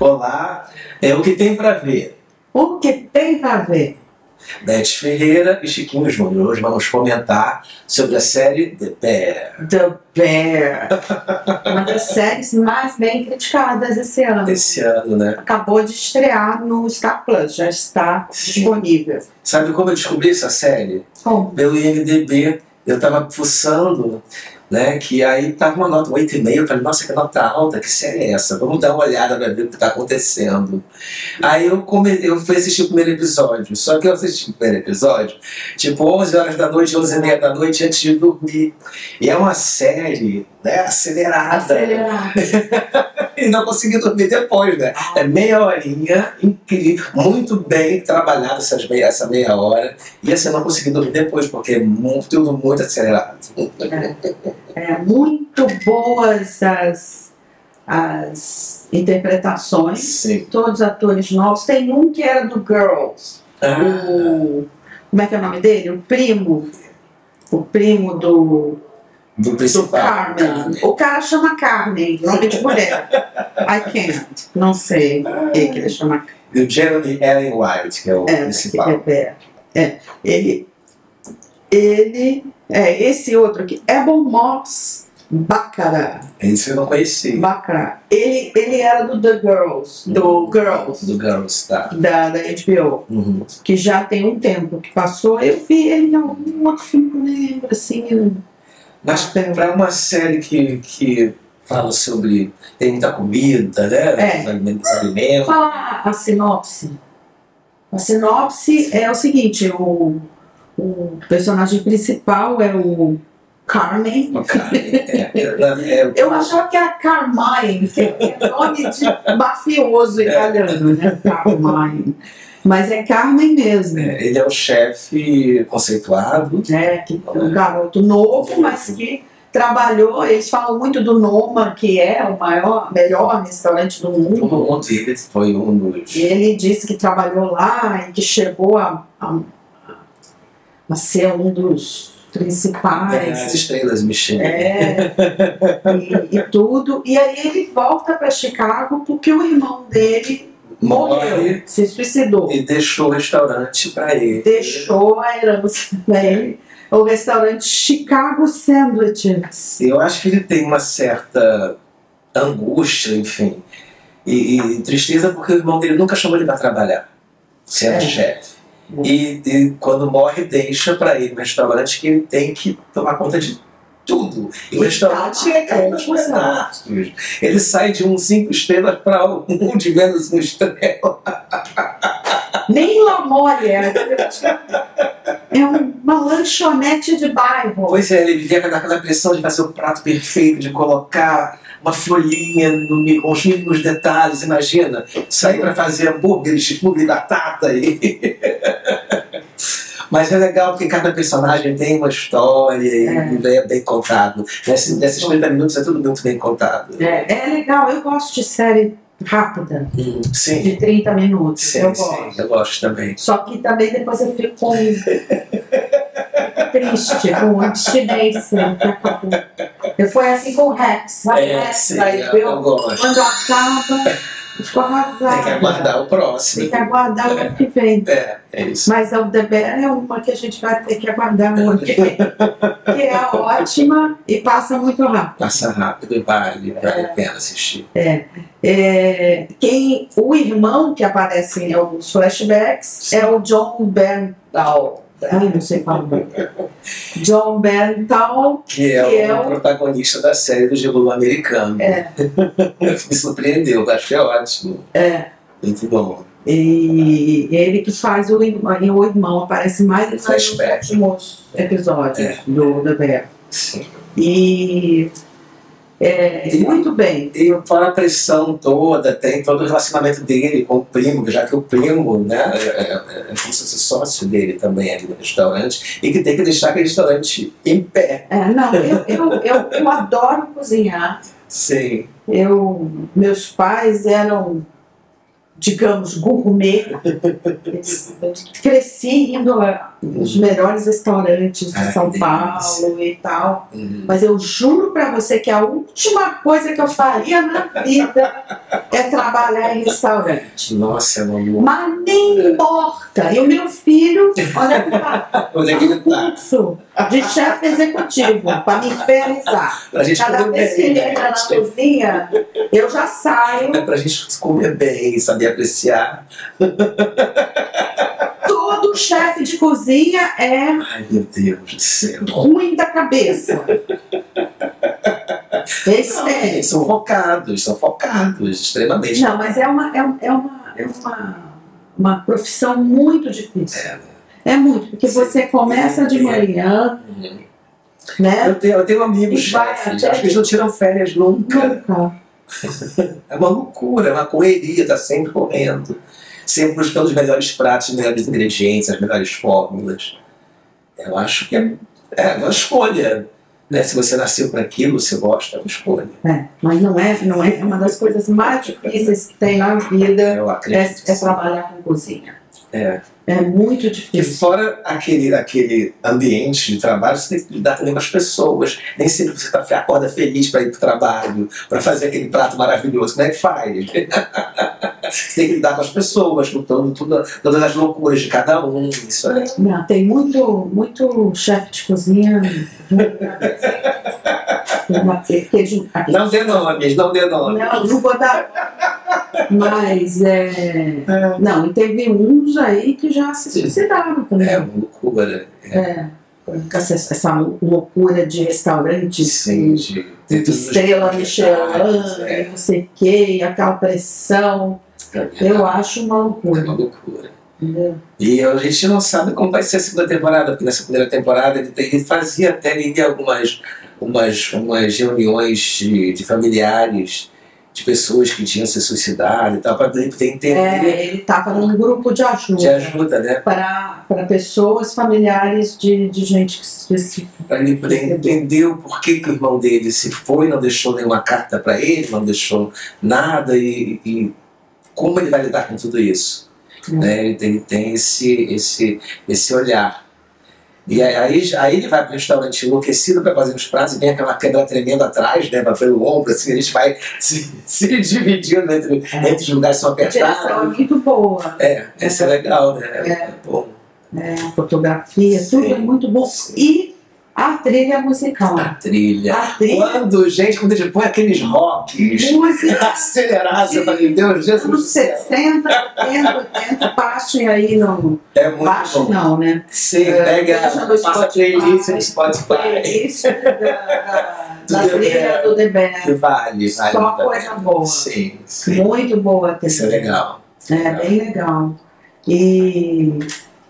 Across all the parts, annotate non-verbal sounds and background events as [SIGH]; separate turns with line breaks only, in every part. Olá, é o que tem para ver.
O que tem para ver?
Beth Ferreira e Chiquinho Júnior. Hoje vamos comentar sobre a série The Bear.
The Bear. Uma das séries mais bem criticadas esse ano.
Esse ano, né?
Acabou de estrear no Star Plus, já está
Sim.
disponível.
Sabe como eu descobri essa série?
Como?
Pelo IMDB, eu tava fuçando, né? Que aí tava uma nota um 8,5. Eu falei, nossa, que nota alta, que série é essa? Vamos dar uma olhada pra ver o que tá acontecendo. Aí eu, come... eu fui assistir o primeiro episódio. Só que eu assisti o primeiro episódio, tipo 11 horas da noite, 11 e meia da noite, antes de dormir. E é uma série, né? Acelerada.
Acelerado.
e não consegui dormir depois, né?
Ah.
É meia horinha, incrível, muito bem trabalhado essas meia, essa meia hora. E assim, eu não consegui dormir depois, porque é mu- tudo muito acelerado.
É muito boas as, as interpretações.
Sim.
Todos atores novos. Tem um que era do Girls.
Ah,
o. Como é que é o nome dele? O primo. O primo do,
do
do
principal.
Carmen. O cara chama Carmen, nome de mulher. I can't. Não sei o que que ele chama
E o Jeremy Allen White, que é o
É,
principal.
que é, é, é. Ele. Ele. É, esse outro aqui. Ebon Moss Bacara.
Esse eu não conheci.
Bacara. Ele, ele era do The Girls. Do Girls.
Do Girls, tá?
Da, da HBO.
Uhum.
que já tem um tempo que passou, eu vi ele em algum outro filme, não lembro, assim. eu-
Mas pra uma série que, que fala sobre. tem muita comida, né?
É.
Os alimentos. os alimentos.
Fala a sinopse. A sinopse é o seguinte, o, o personagem principal é o Carmen.
Uma carne. É, é, é,
Eu achava que era Carmine, que é nome de mafioso italiano, né? Carmine. Mas é Carmen mesmo. É.
É, ele é um chefe conceituado.
que é um garoto novo, mas que trabalhou. Eles falam muito do Noma, que é o maior, melhor restaurante do mundo.
Um dele foi um dos.
E ele é disse que trabalhou lá e que chegou a, a- a ser um dos
É, as
principais.
estrelas Michelin.
É, e, e tudo. E aí ele volta para Chicago porque o irmão dele
Morre
morreu, se suicidou.
e deixou o restaurante pra ele.
Deixou a herança pra ele, o restaurante Chicago Sandwiches.
Eu acho que ele tem uma certa angústia, enfim, e, e tristeza porque o irmão dele nunca chamou ele pra trabalhar, sendo
É.
chefe. E, e quando morre, deixa pra ele um restaurante que ele tem que tomar conta de tudo. E o
E
restaurante
tá,
é caro
é,
pedaços. Ele sai de um cinco estrelas pra um [LAUGHS] de menos um estrela.
Nem La Mole é. É uma lanchonete de bairro.
Pois é, ele vivia com aquela pressão de fazer o prato perfeito, de colocar uma folhinha no mi- com os mínimos detalhes, imagina. Sair para fazer hambúrguer, cheeseburger, batata e... [LAUGHS] Mas é legal porque cada personagem tem uma história e é, bem contado. Nesses, nesses 30 minutos é tudo muito bem contado.
É, é legal, eu gosto de série rápida,
Hum, Sim,
de 30 minutos.
sim,
eu
sim,
gosto.
eu gosto também.
Só que também depois eu fico com- triste com abstinência. que acabou. E Foi assim com o Rex. Vai
É,
Rex,
sim,
vai
eu,
ver.
eu gosto.
Quando acaba, eu fico arrasada.
Tem que aguardar o
Tem
próximo.
que aguardar o ano que vem.
É, é isso.
Mas a The Bear é uma que a gente vai ter que aguardar o ano que vem. Que é ótima e passa muito rápido.
Passa rápido e vale, vale a pena assistir.
É, quem, o irmão que aparece em alguns flashbacks é o John Bernthal. Ai, não sei falar. John Bernthal,
que é
Que é
o
o-
protagonista da série do Gigolo americano. [LAUGHS]
É.
Me surpreendeu, acho que é ótimo.
É.
Muito bom.
e ele que faz o irmão, e o irmão aparece mais nos
Flashback.
últimos episódios
É.
do The Bear.
Sim.
E é, muito bem.
E fora a pressão toda, tem todo o relacionamento dele com o primo, já que o primo né, é, é, é como se fosse sócio dele também ali no restaurante, e que tem que deixar aquele restaurante em pé.
É, não, eu, eu, eu, eu adoro cozinhar.
Sim.
Eu, meus pais eram, digamos, gourmet. Eles- eu Cresci indo a, os melhores restaurantes de
Ah, que
São
delícia.
Paulo e tal.
Uhum.
Mas eu juro pra você que a última coisa que eu faria na vida é trabalhar em restaurante.
Nossa, é meu amor.
Mas nem importa. E o meu filho, olha que tá,
Onde é que ele tá?
curso de chefe executivo, pra me infernizar.
Pra gente
Cada
poder
vez que ele entra na cozinha, eu já saio
É pra gente comer bem, saber apreciar.
Todo chefe de cozinha é
Ai, meu Deus do céu.
ruim da cabeça. É sério.
São focados, são focados, extremamente.
Não, mas é uma, é, um- é uma, é uma, uma profissão muito difícil.
É, né?
É muito, porque
Sim. É.
você começa de manhã,
Uhum.
né?
Eu tenho, eu tenho amigos
E vai
chefes,
até-
acho que eles não tiram férias nunca.
Nunca.
É uma loucura, é uma correria, tá sempre correndo. Sempre buscando os melhores pratos, os melhores ingredientes, as melhores fórmulas. Eu acho que é, é uma escolha. Né? Se você nasceu para aquilo, você gosta, é uma escolha.
É, mas não é, não é uma das coisas mais difíceis que tem na vida
Eu
é,
acredito.
é trabalhar com cozinha.
É.
É muito
E
difícil.
fora aquele, aquele ambiente de trabalho, você tem que lidar também com as pessoas. Nem sempre você tá, acorda feliz para ir para o trabalho, para fazer aquele prato maravilhoso. Como é que faz? você tem que lidar com as pessoas, com todo- tudo- todas as loucuras de cada um. Isso é.
Não, tem muito, muito chefe de cozinha. Aquele- aquele-
Não dê nomes, não dê
Não,
nomes.
não vou dar. Mas é. Não, e teve uns aí que já se suicidaram
É
também.
uma loucura.
É. Essa, essa loucura de restaurantes,
Sim,
e
de, de, Ah, de
estrela Michelin,
É,
e não sei o quê, e aquela pressão. Eu acho uma
É
loucura.
uma loucura.
entendeu?
E a gente não sabe como vai ser a segunda temporada, porque nessa primeira temporada ele, tem- ele fazia até ele ia algumas umas, umas reuniões de, de familiares, de pessoas que tinham se suicidado e tal, para poder entender
É, ele estava num grupo de ajuda.
de ajuda, né?
para, para pessoas familiares de, de gente que se suicida.
Para ele poder entender o porquê que o irmão dele se foi, não deixou nenhuma carta para ele, não deixou nada e, e como ele vai lidar com tudo isso.
Hum.
Né? Ele tem, tem esse, esse, esse olhar. E aí- aí, aí ele vai para o restaurante enlouquecido para fazer os pratos e vem aquela câmera tremenda atrás, né? pra- Pelo ombro, assim, a gente vai [LAUGHS] se, se dividindo entre, entre os lugares que são
A direção é
apertados.
muito boa,
É, esse é legal, né? Bom,
né? a fotografia, tudo é muito bom. E a trilha musical.
a trilha.
A trilha
Quando, gente, quando a gente põe aqueles rocks [LAUGHS]
música
acelerados, eu falei, Deus, Jesus do
anos
céu.
60, 70, 80, baixem aí no.
É muito
Baixem
bom.
não, né?
Sim,
É,
pega,
deixa no
passa
Spotify.
playlist no Spotify.
Isso da, é da,
Do
da
The
trilha
Bear.
do The Bear.
Vale, vale.
Só
vale.
É. coisa boa.
Sim, sim.
Muito boa a trilha.
Isso é legal.
É, bem legal. E,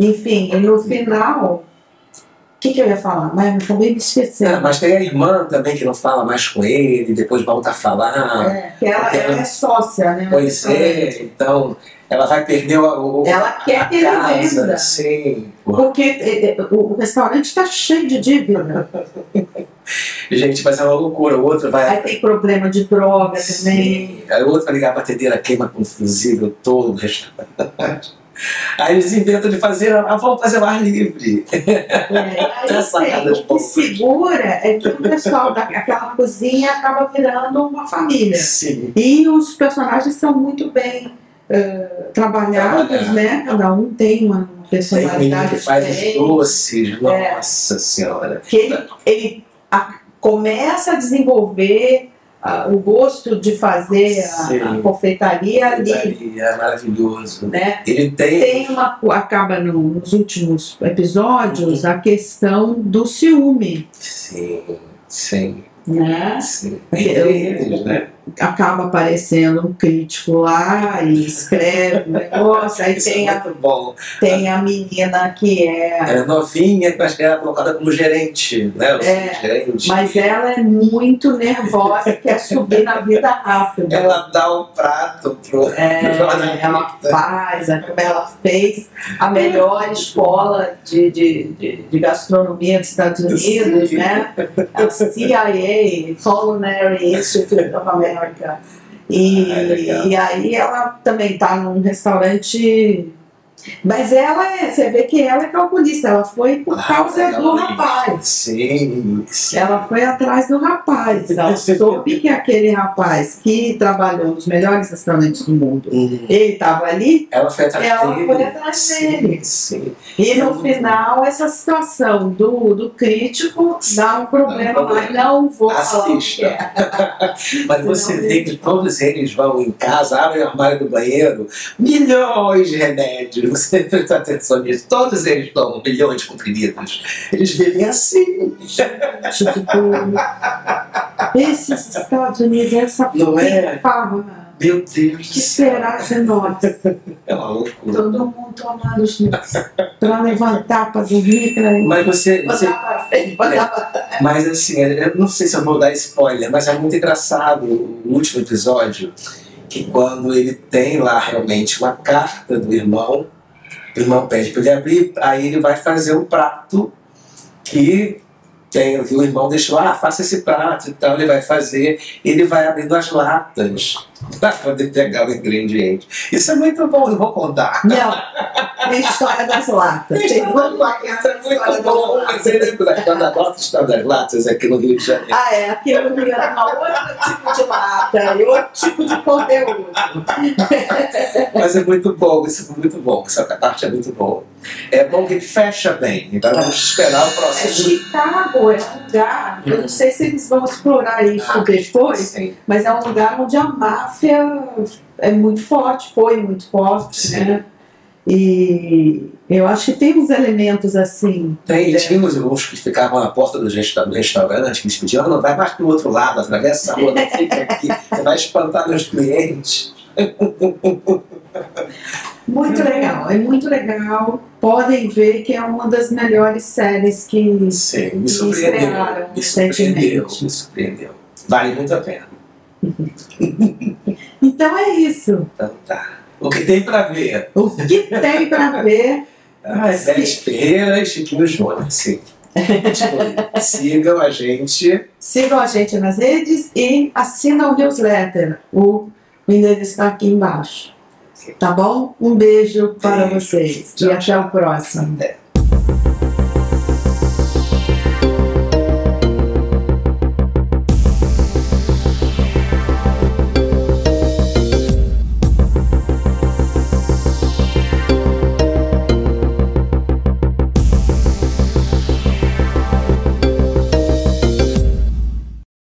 enfim, e no final, o que, que eu ia falar? Mas eu acabei me
Ah,
esquecendo.
mas tem a irmã também que não fala mais com ele, depois volta a falar.
É, que ela, ela é sócia, né?
Ah, Pois é, então ela vai perder o, o
Ela é quer que ele
a casa.
venda.
Sim.
Porque é, é, o o restaurante está cheio de dívida.
Gente, mas é uma loucura. O outro vai
Aí tem problema de droga também.
Sim. Aí o outro vai ligar a batedeira, queima com fusível todo o restaurante. Aí eles inventam de fazer, ah, vamos fazer o ar livre. [LAUGHS]
É, aí
Tá sacada
tem,
de
o que
poucos.
segura é que o pessoal daquela cozinha acaba virando uma família.
Sim.
E os personagens são muito bem eh, trabalhados,
Trabalhados.
né? Cada um tem uma
Tem um menino
personalidade
que faz os
diferente.
doces,
É.
nossa senhora.
Que ele, ele a- começa a desenvolver ah, o gosto de fazer a,
Sim.
a confeitaria ali,
Ali, É maravilhoso.
né?
Ele tem,
Tem uma, co- acaba no- nos últimos episódios
Uhum.
a questão do ciúme,
Sim, sim,
né?
sim.
Eu-
Entre eles, né?
Acaba aparecendo um crítico lá e escreve um negócio, aí
Isso
tem
é
a
muito bom.
Tem a menina que é.
Ela é novinha, mas era colocada como gerente, né? O
É.
gerente.
Mas ela é muito nervosa, quer subir na vida rápida.
Ela né? dá o prato pro.
É, ela faz, é como ela fez a melhor escola de, de, de, de gastronomia dos Estados Unidos,
Sim.
né? A CIA, Culinary Institute of America. E,
Ah, legal.
e aí ela também está num tá restaurante Mas ela é, você vê que ela é calculista, ela foi por
Ah,
causa
ela
do
foi.
rapaz.
Sim, sim.
Ela foi atrás do rapaz. Ela soube que aquele rapaz que trabalhou nos melhores restaurantes do mundo,
Uhum.
ele estava ali,
Ela foi atrás
É. Ela
dele.
foi atrás dele.
Sim, sim.
e no final essa situação do, do crítico dá um
Dá um
problema.
problema.
mas não vou falar o que
Assista.
é.
[LAUGHS] Mas você vê que todos eles vão em casa, abrem o armário do banheiro, milhões de remédios. Você [LAUGHS] presta atenção nisso. Todos eles tomam milhões de comprimidos. Eles vivem assim.
Tipo, esses Estados Unidos, essa
Não é?
farra.
Meu Deus
O
do
que
céu.
será de nós?
É uma loucura.
Todo mundo tomando os para levantar, para dormir, para
Mas você, você
Mandar pra frente, mandar pra
Mas assim, eu não sei se eu vou dar spoiler, mas é muito engraçado o último episódio, que quando ele tem lá realmente uma carta do irmão, o irmão pede para ele abrir, aí ele vai fazer um prato que tem, que o irmão deixou, ah, faça esse prato, então ele vai fazer, ele vai abrindo as latas para poder pegar o ingrediente. Isso é muito bom, eu vou contar.
Não, é a história das latas. Vocês vão marcar
Isso é
a história
muito
das
bom.
latas.
Você lembra da da nossa história das latas aqui no Rio de Janeiro?
Ah, é, aqui no Rio era um outro tipo de lata e outro tipo de conteúdo.
Mas é muito bom, isso é muito bom, essa parte é muito boa. É bom que fecha bem, então vamos esperar o
É
próximo.
Chicago, é um lugar, eu não sei se eles vão explorar isso depois,
Sim,
mas é um lugar onde a máfia é muito forte, foi muito forte,
Sim.
né? E eu acho que tem uns elementos assim.
Tem, tinha uns uns que ficavam na porta do resta- do restaurante, que eles pediam, não, vai mais pro outro lado, atravessa a rua, não fica aqui, você vai espantar meus clientes.
Muito legal, é muito legal. Podem ver que é uma das melhores séries que
Sim, me surpreendeu,
E estrearam
me surpreendeu,
recentemente.
me surpreendeu. Vale muito a pena.
Então é isso.
Então tá. O que tem pra ver?
O que tem para ver?
Ah, é
Sim.
Félix Ferreira e Chiquinho Jonas, sim. Tipo, Sigam a gente.
Sigam a gente nas redes e assinam o newsletter. O o endereço está aqui embaixo. Tá bom? Um beijo para
Beijo.
vocês e
Tchau,
até o próximo.
Até.